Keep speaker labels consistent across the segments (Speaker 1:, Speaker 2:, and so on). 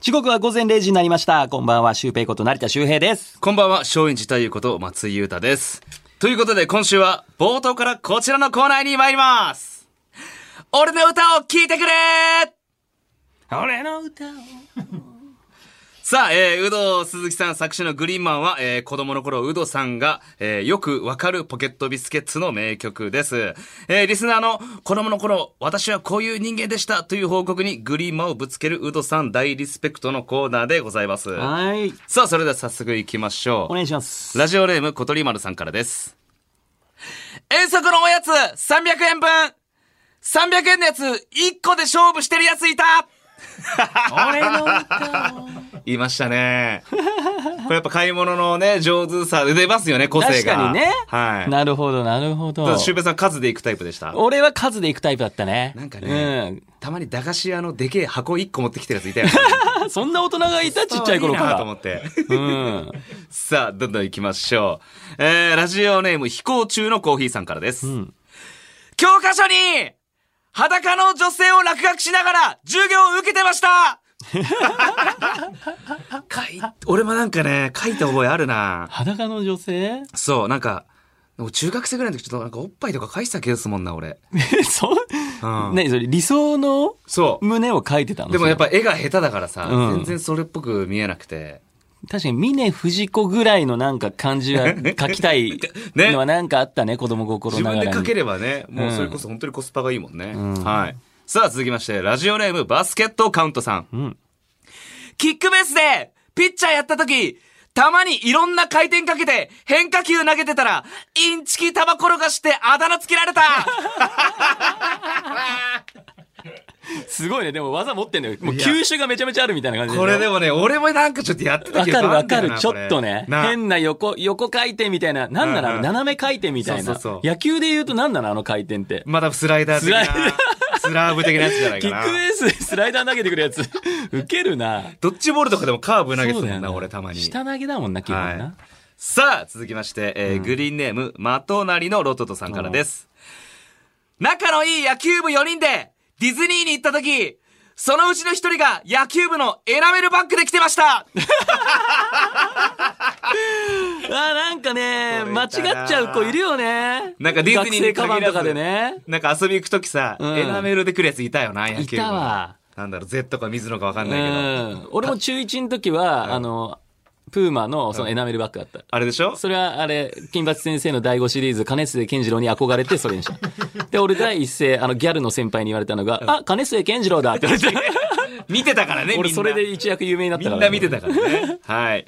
Speaker 1: 時刻は午前0時になりました。こんばんは、シュウペイこと成田修平です。
Speaker 2: こんばんは、松陰寺太夫こと松井裕太です。ということで今週は冒頭からこちらのコーナーに参ります俺の歌を聴いてくれ
Speaker 1: 俺の歌を。
Speaker 2: さあ、えー、有働鈴木さん作詞のグリーンマンは、えー、子供の頃、有働さんが、えー、よくわかるポケットビスケッツの名曲です。えー、リスナーの子供の頃、私はこういう人間でしたという報告にグリーンマンをぶつける有働さん大リスペクトのコーナーでございます。
Speaker 1: はい。
Speaker 2: さあ、それでは早速行きましょう。
Speaker 1: お願いします。
Speaker 2: ラジオネーム、小鳥丸さんからです。遠足のおやつ、300円分 !300 円のやつ、1個で勝負してるやついた
Speaker 1: 俺の 歌を。
Speaker 2: いましたね。 これやっぱ買い物のね、上手さで出ますよね、個性
Speaker 1: 確
Speaker 2: が。
Speaker 1: かにね。
Speaker 2: はい。
Speaker 1: なるほど、なるほど。
Speaker 2: シュウペイさん数で行くタイプでした。
Speaker 1: 俺は数で行くタイプだったね。
Speaker 2: なんかね、たまに駄菓子屋のでけえ箱1個持ってきてるやつい たよね。
Speaker 1: うん。そんな大人がいたちっちゃい頃か
Speaker 2: いいな
Speaker 1: ら。
Speaker 2: と思って。
Speaker 1: うん。
Speaker 2: さあ、どんどん行きましょう。えー、ラジオネーム飛行中のコーヒーさんからです。
Speaker 1: ん
Speaker 2: 教科書に、裸の女性を落書きしながら授業を受けてました 書い、俺もなんかね、書いた覚えあるな。
Speaker 1: 裸の女 性
Speaker 2: そう、なんか、中学生ぐらいの時ちょっとなんかおっぱいとか書いてた気がするもんな、俺。
Speaker 1: え、そう、
Speaker 2: うん
Speaker 1: 何それ理想の
Speaker 2: そう。
Speaker 1: 胸を描いてたの
Speaker 2: でもやっぱ
Speaker 1: そ
Speaker 2: 絵が下手だからさ、
Speaker 1: うん
Speaker 2: 全然それっぽく見えなくて。
Speaker 1: れ確かに峰藤子ぐらいのなんか感 じは描きたい
Speaker 2: ね
Speaker 1: のはなんかあったね、子供心
Speaker 2: 自
Speaker 1: なが
Speaker 2: 分
Speaker 1: らに。
Speaker 2: で書ければね、もうそれこそ本当にコスパがいいもんね。はい。さあ続きまして、ラジオネームバスケットカウントさん。
Speaker 1: ん
Speaker 2: キックベースで、ピッチャーやった時、たまにいろんな回転かけて変化球投げてたら、インチキ玉転がしてあだ名つけら れた
Speaker 1: すごいね。でも技持ってんだよ。もう
Speaker 2: いや
Speaker 1: 球種がめちゃめちゃあるみたいな感じ
Speaker 2: これで
Speaker 1: も。
Speaker 2: もね、俺もなんかちょっとやってた
Speaker 1: わ
Speaker 2: 気が
Speaker 1: か
Speaker 2: す
Speaker 1: る
Speaker 2: る
Speaker 1: わ
Speaker 2: んだ
Speaker 1: か
Speaker 2: よな
Speaker 1: る。ちょっとね。
Speaker 2: これな
Speaker 1: 変な横、横回転みたいな。なんな
Speaker 2: うん
Speaker 1: の
Speaker 2: うん
Speaker 1: 斜め回転みたい
Speaker 2: そう
Speaker 1: な
Speaker 2: そうそ。う
Speaker 1: 野球で言うとなんなのあの回転って。
Speaker 2: まだスライダー的な
Speaker 1: スライダ。
Speaker 2: スラーブ的なやつじゃない
Speaker 1: キ
Speaker 2: か
Speaker 1: ッ
Speaker 2: な
Speaker 1: ク。ベースでスライダー投げてくるやつ。ウケるな。
Speaker 2: ドッジボールとかでもカーブ投げてた
Speaker 1: そうだ
Speaker 2: も
Speaker 1: よ
Speaker 2: ん
Speaker 1: な
Speaker 2: な、俺たまに。
Speaker 1: 下投げだもんな、基本
Speaker 2: はい
Speaker 1: な。
Speaker 2: さあ、続きまして、えーグリーンネーム、まとなりのロトトさんからです。仲のいい野球部4人で、ディズニーに行った時、そのうちの一人が野球部のエナメルバッグで来て ました
Speaker 1: あー、なんかね、
Speaker 2: これ
Speaker 1: 間違っちゃう子いるよね。
Speaker 2: なんかディズニー
Speaker 1: 学生
Speaker 2: に限らず
Speaker 1: カバンとかでね。
Speaker 2: なんか遊び行く時さ、
Speaker 1: うん
Speaker 2: エナメルで来るやついたよな、野球部。
Speaker 1: いたわ。
Speaker 2: なんだろう、Z か水野かわかん
Speaker 1: う
Speaker 2: ないけど。
Speaker 1: ん。俺も中1の時は、あの、プーマのそのエナメルバッグだった。
Speaker 2: あれでしょ
Speaker 1: それはあれ、金八先生の第5シリーズ、金末健次郎に憧れてそれにした。で、俺第一声、あの、ギャルの先輩に言われたのが、あ、金末健次郎 だって言われて。
Speaker 2: 見てたからね、み
Speaker 1: 俺
Speaker 2: んな
Speaker 1: それで一躍有名になった
Speaker 2: み
Speaker 1: から、
Speaker 2: んな見てたからね。はい。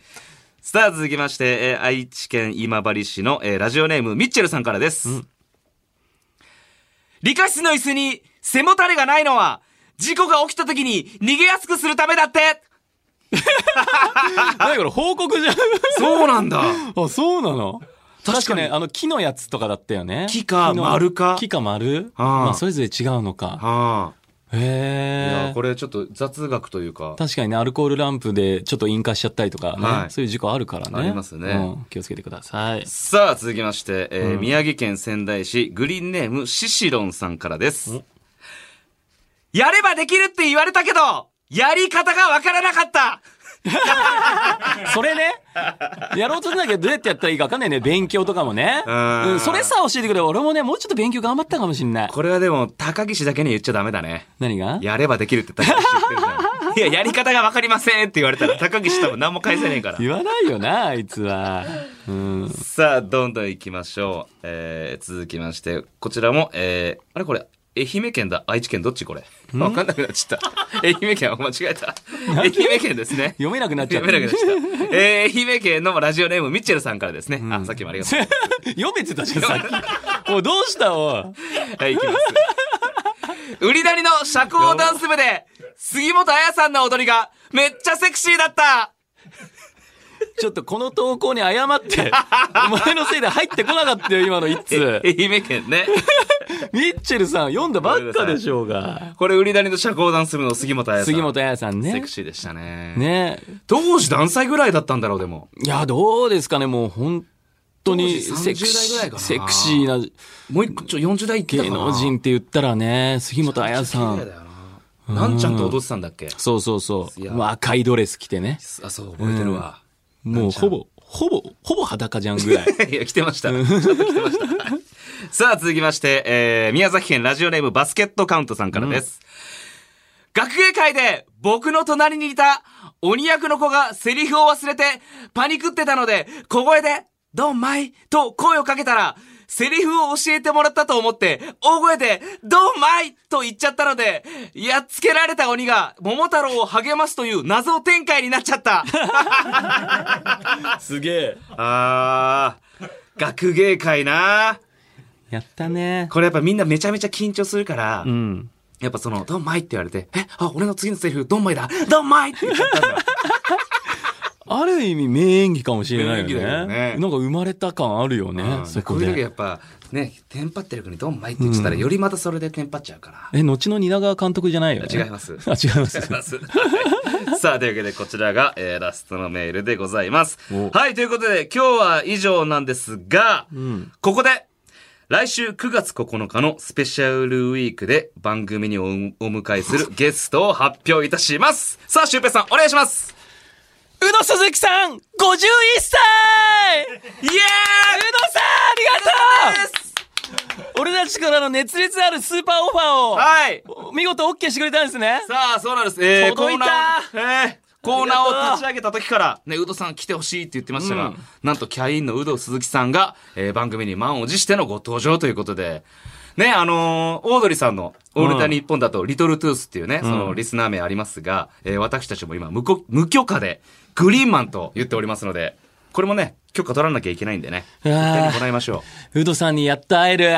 Speaker 2: さあ、続きまして、えー愛知県今治市の、えーラジオネーム、ミッチェルさんからです。理科室の椅子に背もたれがないのは、事故が起きた時に逃げやすくするためだって
Speaker 1: だから報告じ ゃん。
Speaker 2: そうなん だ
Speaker 1: あ、そうなの確
Speaker 2: 確
Speaker 1: か
Speaker 2: かに
Speaker 1: ね、あの木のやつとかだったよね。
Speaker 2: 木か
Speaker 1: の
Speaker 2: 丸か
Speaker 1: 木か丸
Speaker 2: あー
Speaker 1: まあ、それぞれ違うのか。
Speaker 2: はあ。い
Speaker 1: へ
Speaker 2: や、
Speaker 1: え
Speaker 2: こ。れちょっと雑学というか、
Speaker 1: 確かにね、アルコールランプでちょっと引火しちゃったりとかね、
Speaker 2: はい
Speaker 1: そういう事故あるからね。
Speaker 2: ありますね
Speaker 1: うん気をつけてください。
Speaker 2: さあ、続きまして、えー宮城県仙台市、グリーンネーム、シシロンさんからです。やればできるって言われたけど、やり方がわからなかった
Speaker 1: それね、やろうとするんだけど、どうやってやったらいいか分かんないね。勉強とかもね。
Speaker 2: うん
Speaker 1: うん、それさ、教えてくれ。俺もね、もうちょっと勉強頑張ったかもしんない。
Speaker 2: これはでも、高岸だけに言っちゃダメだね。
Speaker 1: 何が
Speaker 2: やればできるって高岸言ってるじ ゃん。いや、やり方がわかりませんって言われたら、高岸多分何も返せねえから。
Speaker 1: 言わないよな、あいつは。うん。
Speaker 2: さあ、どんどん行きましょう。えー、続きまして、こちらも、えー、あれこれ、愛媛県だ愛知県どっちこれわかんなくなっちゃった。愛媛県は間違えた。愛媛県ですね。
Speaker 1: 読めなくなっちゃっ
Speaker 2: 読
Speaker 1: た。
Speaker 2: めなくなっちゃった。えー、愛媛県のラジオネーム、ミッチェルさんからですね。あ、さっきもありがとう。
Speaker 1: 読めてたじゃん、さっき。おいどうしたお
Speaker 2: はい、行きます。売りなりの社交ダンス部で、杉本彩さんの踊りがめっちゃセクシーだった
Speaker 1: いちょっとこの投稿に謝 って。お前のせいで入ってこなかったよ、今の一通。
Speaker 2: 愛媛県ね。
Speaker 1: ミッチェルさん、読んだばっかでしょうが。
Speaker 2: これ売りなりの社交ダンス部の杉本彩さん。
Speaker 1: 杉本彩さん
Speaker 2: セ
Speaker 1: ね
Speaker 2: ク。シーでしたね。
Speaker 1: ね。
Speaker 2: 当時何歳ぐらいだったんだろう、でも。
Speaker 1: いや、どうですかね、もう本当に
Speaker 2: 当時
Speaker 1: セクシ
Speaker 2: 30代ぐらいか
Speaker 1: ー、
Speaker 2: な
Speaker 1: セクシーな
Speaker 2: もう一個、ちょ、40代いってた
Speaker 1: 芸
Speaker 2: かな
Speaker 1: 能人って言ったらね、杉本彩さ
Speaker 2: 40代
Speaker 1: ん。
Speaker 2: だよななんちゃんと踊ってたんだっけ
Speaker 1: そうそうそう。
Speaker 2: いや
Speaker 1: もう赤いドレス着てね。
Speaker 2: あ、そう、覚えてるわ。
Speaker 1: もうほぼ、ほぼ、ほぼ裸じゃんぐらい。
Speaker 2: いや、来てました。ちょっと来てました。 さあ、続きまして、えー、宮崎県ラジオネームバスケットカウントさんからです。学芸会で僕の隣にいた鬼役の子がセリフを忘れてパニクってたので、小声で、ドンマイと声をかけたら、セリフを教えてもらったと思って、大声で、ドンマイと言っちゃったので、やっつけられた鬼が桃太郎を励ますという謎展開になっちゃった。
Speaker 1: すげえ。
Speaker 2: あー、学芸会な
Speaker 1: やったね。
Speaker 2: これやっぱみんなめちゃめちゃ緊張するから、
Speaker 1: うん。
Speaker 2: やっぱその、ドンマイって言われて、え、あ、俺の次のセリフ、ドンマイだドンマイって言っちゃった んだ。
Speaker 1: ある意味名演技かもしれないよね。
Speaker 2: 名演技だよね
Speaker 1: なんか生まれた感あるよね、
Speaker 2: うん
Speaker 1: そこ
Speaker 2: こういう時
Speaker 1: で。
Speaker 2: やっぱ、ね、テンパってる子にドンマイって言っちゃったら、よりまたそれでテンパっちゃうから。
Speaker 1: え、後の蜷川監督じゃないよね。
Speaker 2: 違います
Speaker 1: あ、違い ます。
Speaker 2: さあ、というわけでこちらが、えーラストのメールでございます
Speaker 1: お。
Speaker 2: はい、ということで今日は以上なんですが、
Speaker 1: ん
Speaker 2: ここで、来週9月9日のスペシャルウィークで番組におお迎えするゲストを発表いたします。さあ、シュウペイさん、お願いします。
Speaker 1: 宇野鈴木さん、51歳宇野
Speaker 2: イエーイ
Speaker 1: さん、ありがと
Speaker 2: です
Speaker 1: う俺たちからの熱烈あるスーパーオファ
Speaker 2: はい。
Speaker 1: ーを、見事 OK してくれたんですね。
Speaker 2: さあ、そうなんです。えー、コ
Speaker 1: 届
Speaker 2: ー
Speaker 1: い
Speaker 2: ナ
Speaker 1: た
Speaker 2: ーを、えーコーナ
Speaker 1: ありがとう
Speaker 2: ーを立ち上げた時から、ね、ウドさん来てほしいって言ってました
Speaker 1: う
Speaker 2: が、
Speaker 1: ん
Speaker 2: なんとキャインのウド鈴木さんが、えー番組に満を持してのご登場ということで、ね、あのーオードリーさんの、オールタ日本だと、リトルトゥースっていうね、そのリスナー名ありますが、えー私たちも今無こ、無許可で、グリーンマンと言っておりますので、これもね、許可取らなきゃいけないんでね、
Speaker 1: う
Speaker 2: 絶
Speaker 1: わー
Speaker 2: 対にもらいましょ
Speaker 1: ウドさんにやっと会える。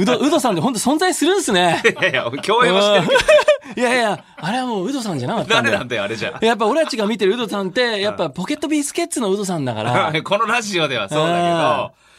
Speaker 1: ウド、ウドさんって本当存在するんですね。
Speaker 2: う。い やいや、共演はして るけど、
Speaker 1: うんいやいや、あれはもうウドさんじゃなかったん
Speaker 2: 誰
Speaker 1: だよ
Speaker 2: なんだよ、あれじゃ。
Speaker 1: やっぱ俺たちが見てるウドさんって、やっぱポケットビスケッツのウドさんだから。
Speaker 2: このラジオではそうだ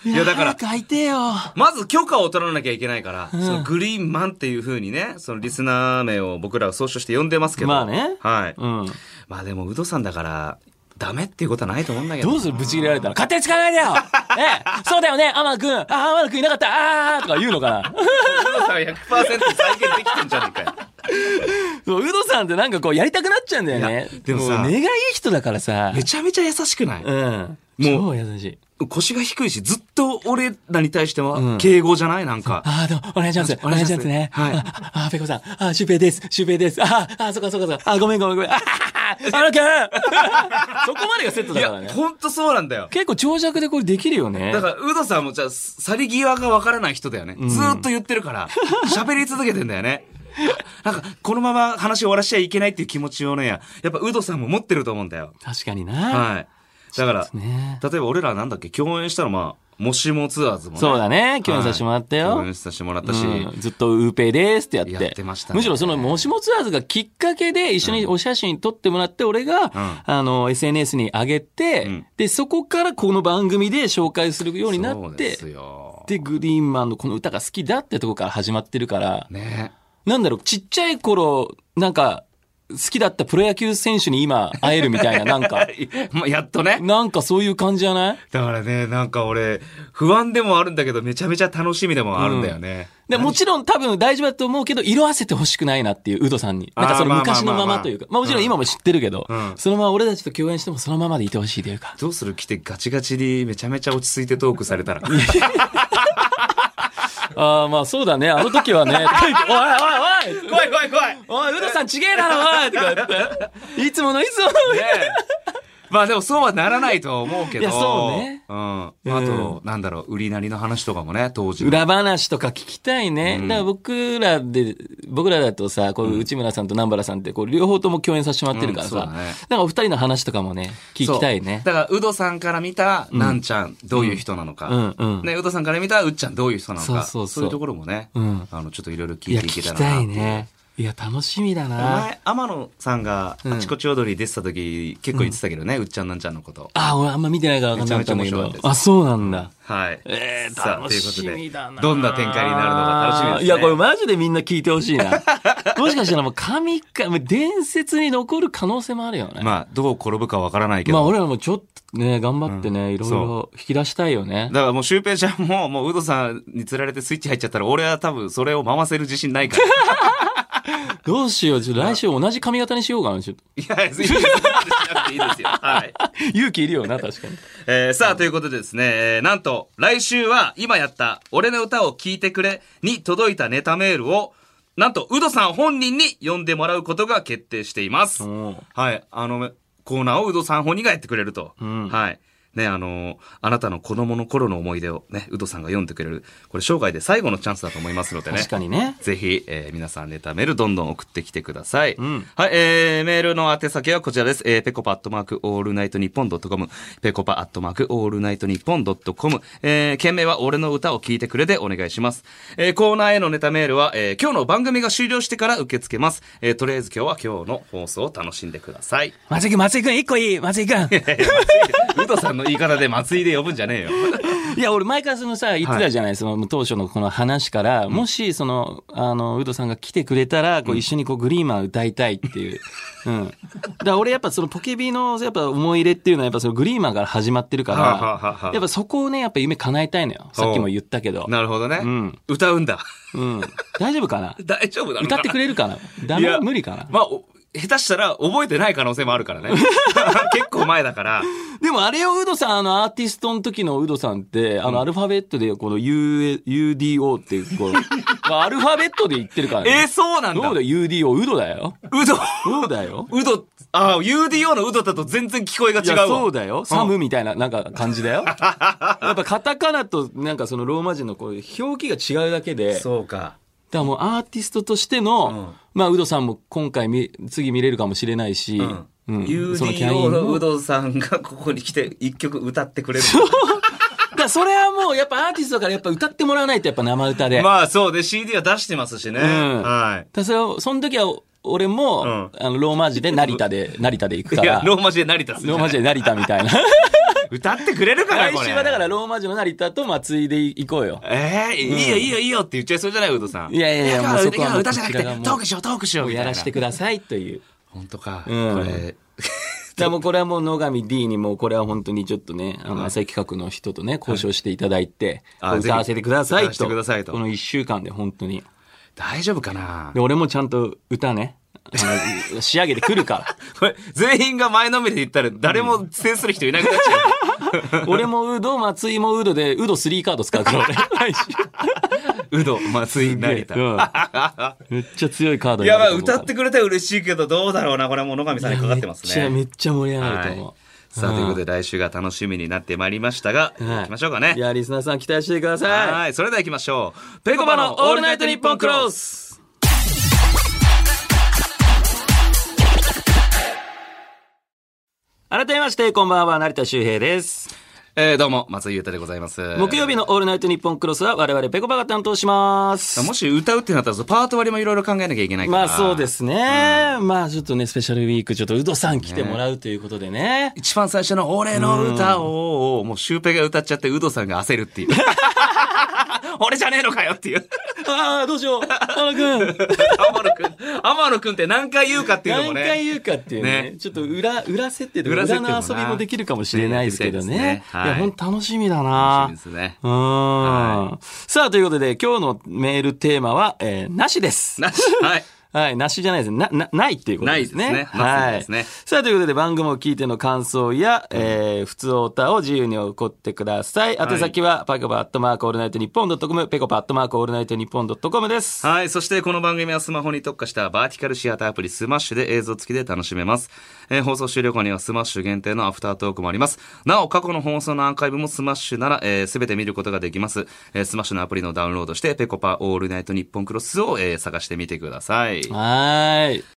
Speaker 2: けど、いや、だから
Speaker 1: 早、く会いてえよ。
Speaker 2: まず許可を取らなきゃいけないから、そのグリーンマンっていう風にね、そのリスナー名を僕らは総称して呼んでますけど。
Speaker 1: まあね
Speaker 2: はい。
Speaker 1: うん。
Speaker 2: まあでも、ウドさんだから、ダメっていうことはないと思うんだけど。
Speaker 1: どうするぶち切れられたら。勝手に使わない でよええ、そうだよね、天野くん。あ、天野くんいなかった。あーとか言うのかな。
Speaker 2: ウドさんは100%再現できてんじゃね えかよ。
Speaker 1: そうウドさんってなんかこうやりたくなっちゃうんだよね
Speaker 2: いや。でもさ
Speaker 1: う根がいい人だからさ。
Speaker 2: めちゃめちゃ優しくない、
Speaker 1: うん。
Speaker 2: も
Speaker 1: 超優しい。
Speaker 2: 腰が低いし、ずっと俺らに対して
Speaker 1: う
Speaker 2: は
Speaker 1: ん
Speaker 2: 敬語じゃないなんか。
Speaker 1: ああ、でも、お願いします。
Speaker 2: お
Speaker 1: お
Speaker 2: 願
Speaker 1: 願
Speaker 2: い
Speaker 1: い
Speaker 2: し
Speaker 1: し
Speaker 2: ま
Speaker 1: ますすね。
Speaker 2: はい
Speaker 1: あ、あペコさん。あ、シュウペイです。シュウペイです。あ、あ、そっかそっかそっか。あ、ごめんごめんごめん。あ、あのくん そこまでがセット
Speaker 2: い
Speaker 1: だから
Speaker 2: や、
Speaker 1: ね。
Speaker 2: ほんとそうなんだよ。
Speaker 1: 結構長尺でこれできるよね
Speaker 2: だ。から、ウドさんもじゃあ、去り際がわからない人だよね。ずーっと言ってるから、喋り続けてんだよね。なんか、このまま話終わらしちゃいけないっていう気持ちをね、やっぱウドさんも持ってると思うんだよ。
Speaker 1: 確かにな。
Speaker 2: はい。だから、
Speaker 1: ね
Speaker 2: 例えば俺らなんだっけ、共演したらまあ、もしもツアーズもね。
Speaker 1: そうだね
Speaker 2: はい。
Speaker 1: 共演させてもらったよ。
Speaker 2: 共演させてもらったし、
Speaker 1: うんずっとウーペイですってやって。
Speaker 2: やってましたね
Speaker 1: むしろその、もしもツアーズがきっかけで一緒にお写真撮ってもらって、俺が、あの、SNS に上げて、
Speaker 2: ん
Speaker 1: で、そこからこの番組で紹介するようにな
Speaker 2: そう
Speaker 1: っ
Speaker 2: で
Speaker 1: て、
Speaker 2: すよ。
Speaker 1: で、グリーンマンのこの歌が好きだってとこから始まってるから、
Speaker 2: ね
Speaker 1: なんだろう、ちっちゃい頃、なんか、好きだったプロ野球選手に今会えるみたいな、なん か、
Speaker 2: いまあ、やっとね。
Speaker 1: なんかそういう感じじゃない
Speaker 2: だからね、なんか俺、不安でもあるんだけど、めちゃめちゃ楽しみでもあるんだよね。
Speaker 1: でもちろん多分大丈夫だと思うけど、色あせてほしくないなっていう、ウドさんに。なんかその
Speaker 2: あーまあまあまあ
Speaker 1: 昔のままというか。まあもちろん今も知ってるけど、
Speaker 2: うん
Speaker 1: そのまま俺たちと共演してもそのままでいてほしいというか。
Speaker 2: どうする来てガチガチにめちゃめちゃ落ち着いてトークされたら。
Speaker 1: ああ、まあそうだね。あの時は ね、おいおいおい
Speaker 2: 怖い怖い怖いね
Speaker 1: おい、ウドさんちげえだろおいとか言って。いつものいつもの。
Speaker 2: えまあでもそうはならないとは思うけど。
Speaker 1: いやそうね
Speaker 2: うん。あと、なんだろう、売りなりの話とかもね、当時の。
Speaker 1: 裏話とか聞きたいね。だから僕らで、僕らだとさ、こう内村さんと南原さんって、こう両方とも共演させてもらってるからさ、
Speaker 2: うんそ
Speaker 1: な
Speaker 2: うだ
Speaker 1: ん
Speaker 2: ね
Speaker 1: かお二人の話とかもね、聞きたいね。
Speaker 2: そうだから、ウドさんから見た、なんちゃん、どういう人なのか。
Speaker 1: うんうんうん
Speaker 2: ね、ウドさんから見た、うっちゃん、どういう人なのか。
Speaker 1: そうそうそう
Speaker 2: いうところもね、
Speaker 1: うん
Speaker 2: あの、ちょっといろいろ
Speaker 1: い
Speaker 2: 聞い
Speaker 1: や、
Speaker 2: ていけ
Speaker 1: 聞
Speaker 2: た
Speaker 1: き
Speaker 2: らな。
Speaker 1: たいね。いや、楽しみだな。
Speaker 2: 前、天野さんが、あちこち踊り出てた時、結構言ってたけどね、うっちゃんなんちゃんのこと。
Speaker 1: ああ、俺あんま見てないから分かんなかったんだけ
Speaker 2: めちゃめちゃ面白かった
Speaker 1: ど
Speaker 2: で。す
Speaker 1: あ、そうなんだ。
Speaker 2: はい。
Speaker 1: ええ
Speaker 2: さあ
Speaker 1: 楽しみだな。
Speaker 2: ということでどんな展開になるのか楽しみですね
Speaker 1: いや、これマジでみんな聞いてほしいな。 もしかしたらもう神か、もう伝説に残る可能性もあるよね。まあ、
Speaker 2: まあ、どう転ぶかわからないけど。
Speaker 1: 俺らもちょっね頑張ってね、いろいろ
Speaker 2: そ
Speaker 1: 引き出したいよね。
Speaker 2: だからもうシュウペイちゃんも、もうウドさんに釣られてスイッチ入っちゃったら、俺は多分それを回せる自信ない から。
Speaker 1: どうしよう、ちょっと来週同じ髪型にしようかな、 ちょっと。
Speaker 2: いや、いや、しなくていいですよ。はい。
Speaker 1: 勇気いるよな、確かに。
Speaker 2: えーさあ、ということでですね、えーなんと、来週は今やった、俺の歌を聴いてくれに届いたネタメールを、なんと、ウドさん本人に読んでもらうことが決定しています。
Speaker 1: お
Speaker 2: はい。あの、コーナーをウドさん本人がやってくれると。
Speaker 1: ん
Speaker 2: はい。ね、あの、あなたの子供の頃の思い出をね、ウドさんが読んでくれる。これ、生涯で最後のチャンスだと思いますのでね。
Speaker 1: 確かにね。
Speaker 2: ぜひ、えー皆さんネタメールどんどん送ってきてください。
Speaker 1: ん
Speaker 2: はい、えー、メールの宛先はこちらです。えー、ペコパアットマークオールナイトニッポンドットコム。ペコパアットマークオールナイトニッポンドットコム。えー、件名は俺の歌を聴いてくれでお願いします。えー、コーナーへのネタメールは、えー、今日の番組が終了してから受け付けます。えー、とりあえず今日は今日の放送を楽しんでください。
Speaker 1: 松井くん、松井くん、一個いい、松井くん。
Speaker 2: ウドさんの言い方で松井で呼ぶんじゃねえよ。
Speaker 1: いや、俺、前からそのさ、言ってたじゃない、その、当初のこの話から、もし、その、あの、ウドさんが来てくれたら、こう、一緒にこう、グリーマン歌いたいっていう。うん。だから俺、やっぱその、ポケビの、やっぱ思い入れっていうのは、やっぱその、グリーマンから始まってるか
Speaker 2: はあはあはあは
Speaker 1: ら
Speaker 2: あ、
Speaker 1: やっぱそこをね、やっぱ夢叶えたいのよ。さっきも言ったけど。
Speaker 2: なるほどね。
Speaker 1: うん
Speaker 2: 歌うんだ。
Speaker 1: うん。大丈夫かな
Speaker 2: 大丈夫なの
Speaker 1: 歌
Speaker 2: かな
Speaker 1: ってくれるかないダ
Speaker 2: や
Speaker 1: メ無理かな
Speaker 2: まあ、お下手したら覚えてない可能性もあるからね。 結構前 だから。
Speaker 1: でもあれをウドさん、あのアーティストの時のウドさんって、あのアルファベットでこの U、UDO っていう、こ う、アルファベットで言ってるから
Speaker 2: え
Speaker 1: ね
Speaker 2: ー、。そうなん
Speaker 1: どうだよ
Speaker 2: だ。
Speaker 1: ?UDO、ウドだよ。
Speaker 2: うど、
Speaker 1: そうだよ。
Speaker 2: うど、ああ、UDO のうどだと全然聞こえ が
Speaker 1: いや
Speaker 2: 違うわ。
Speaker 1: そうだよ。サムみたいな、なんか感じだ よ。やっぱカタカナとなんかそのローマ字のこう、表記が違うだけで、だか
Speaker 2: そうか。
Speaker 1: らもうアーティストとしての、
Speaker 2: うん
Speaker 1: まあ、ウドさんも今回見、次見れるかもしれないし、
Speaker 2: うん。
Speaker 1: そのキャイ
Speaker 2: UDO
Speaker 1: ン
Speaker 2: の
Speaker 1: も
Speaker 2: うどさんがここに来て一曲歌ってくれる。
Speaker 1: だからそれはもうやっぱアーティストだからやっぱ歌ってもらわないとやっぱ生歌で。
Speaker 2: まあそうね、CD は出してますしね。
Speaker 1: んだ
Speaker 2: はい。
Speaker 1: からそれをその時は俺も、
Speaker 2: うん
Speaker 1: あのローマ字で成田で、成田で行くか
Speaker 2: いや
Speaker 1: ら、、ロ
Speaker 2: ローマ字で成田する。
Speaker 1: ーマ字で成田みたいな。
Speaker 2: 歌ってくれるかな、
Speaker 1: 来
Speaker 2: これ。
Speaker 1: 週はだからローマ字の成田と松井で行こうよ。
Speaker 2: ええいいよいいよいいよって言っちゃいそうじゃないうどさん。
Speaker 1: いやいやいや
Speaker 2: 今日
Speaker 1: もう
Speaker 2: は
Speaker 1: そこは
Speaker 2: 今日は歌じゃなくて
Speaker 1: こちらがもう
Speaker 2: トークしようトークしようみた
Speaker 1: や
Speaker 2: いな。
Speaker 1: らせてくださいという。
Speaker 2: 本当か。
Speaker 1: うん
Speaker 2: こ
Speaker 1: だ
Speaker 2: れ、
Speaker 1: からもうこれはもう野上 D にもうこれは本当にちょっとね、あの、朝日企画の人とね、交渉していただいて、
Speaker 2: あ
Speaker 1: こう
Speaker 2: ぜひ
Speaker 1: 歌わせてくださいと。
Speaker 2: 歌わせてくださいと
Speaker 1: この一週間で本当に。
Speaker 2: 大丈夫かな
Speaker 1: で、俺もちゃんと歌ね、あ の仕上げてくるから。
Speaker 2: これ、全員が前のめりで言ったら誰も制する人いなくなっちゃ
Speaker 1: 俺もウド、松井もウドで、ウド3カード使うから俺、来週。
Speaker 2: う。うど、松井、成田。い
Speaker 1: うんめっちゃ強いカードに
Speaker 2: や、ま
Speaker 1: な
Speaker 2: あ、
Speaker 1: ると思うから
Speaker 2: 歌ってくれたら嬉しいけど、どうだろうな。これはもう野上さんにかかってます
Speaker 1: いやめ
Speaker 2: ね。
Speaker 1: っちゃ、めっちゃ盛り上がると
Speaker 2: はい
Speaker 1: 思う。。
Speaker 2: さあ、ということで来週が楽しみになってまいりましたが、行きましょうか
Speaker 1: い
Speaker 2: ね。
Speaker 1: や、リスナーさん期待してください。
Speaker 2: はい。それでは行きましょう。ペコバのオールナイトニッポンクロース
Speaker 1: 改めまして、こんばんは、成田修平です。
Speaker 2: えー、どうも、松井優太でございます。
Speaker 1: 木曜日のオールナイトニッポンクロスは我々ペコバが担当します。
Speaker 2: もし歌うってなったら、パート割りもいろいろ考えなきゃいけないから。
Speaker 1: まあそうですね。まあちょっとね、スペシャルウィーク、ちょっとウドさん来てもらうということでね。
Speaker 2: 一番最初の俺の歌を、もうシュウペイが歌っちゃって、ウドさんが焦るっていう。 俺じゃねえのかよって いう。
Speaker 1: ああ、どうしよう。あーくん。
Speaker 2: 天野くん、天野くんって何回言うかっていうのも
Speaker 1: 何
Speaker 2: ね。
Speaker 1: 回言うかっていうね。
Speaker 2: ね
Speaker 1: ちょっと裏、裏設定で裏
Speaker 2: 裏設定もな
Speaker 1: の遊びもできるかもしれないですけどね。
Speaker 2: ね
Speaker 1: い
Speaker 2: やりたいですねはい
Speaker 1: や、ほんと楽しみだな
Speaker 2: 楽しみですね。
Speaker 1: うーん、さあ、ということで、今日のメールテーマは、えーなしです。
Speaker 2: なし、はい。
Speaker 1: はい、なしじゃないです。な、な、ないっていうことですね。
Speaker 2: ないですね
Speaker 1: は。
Speaker 2: ないいですね
Speaker 1: さあ、ということで、番組を聞いての感想や、えー、普通オーターを自由に送ってください。
Speaker 2: い
Speaker 1: 宛先は、パコパアットマークオールナイトニッポンドットコム、ペコパアットマークオールナイトニッポンドットコムです。
Speaker 2: はい。そして、この番組はスマホに特化したバーティカルシアターアプリスマッシュで映像付きで楽しめます。えー放送終了後にはスマッシュ限定のアフタートークもあります。なお、過去の放送のアーカイブもスマッシュなら、えすべて見ることができます。えースマッシュのアプリのダウンロードして、ペコパオールナイトニッポンクロスを、えー探してみてください。
Speaker 1: はーい。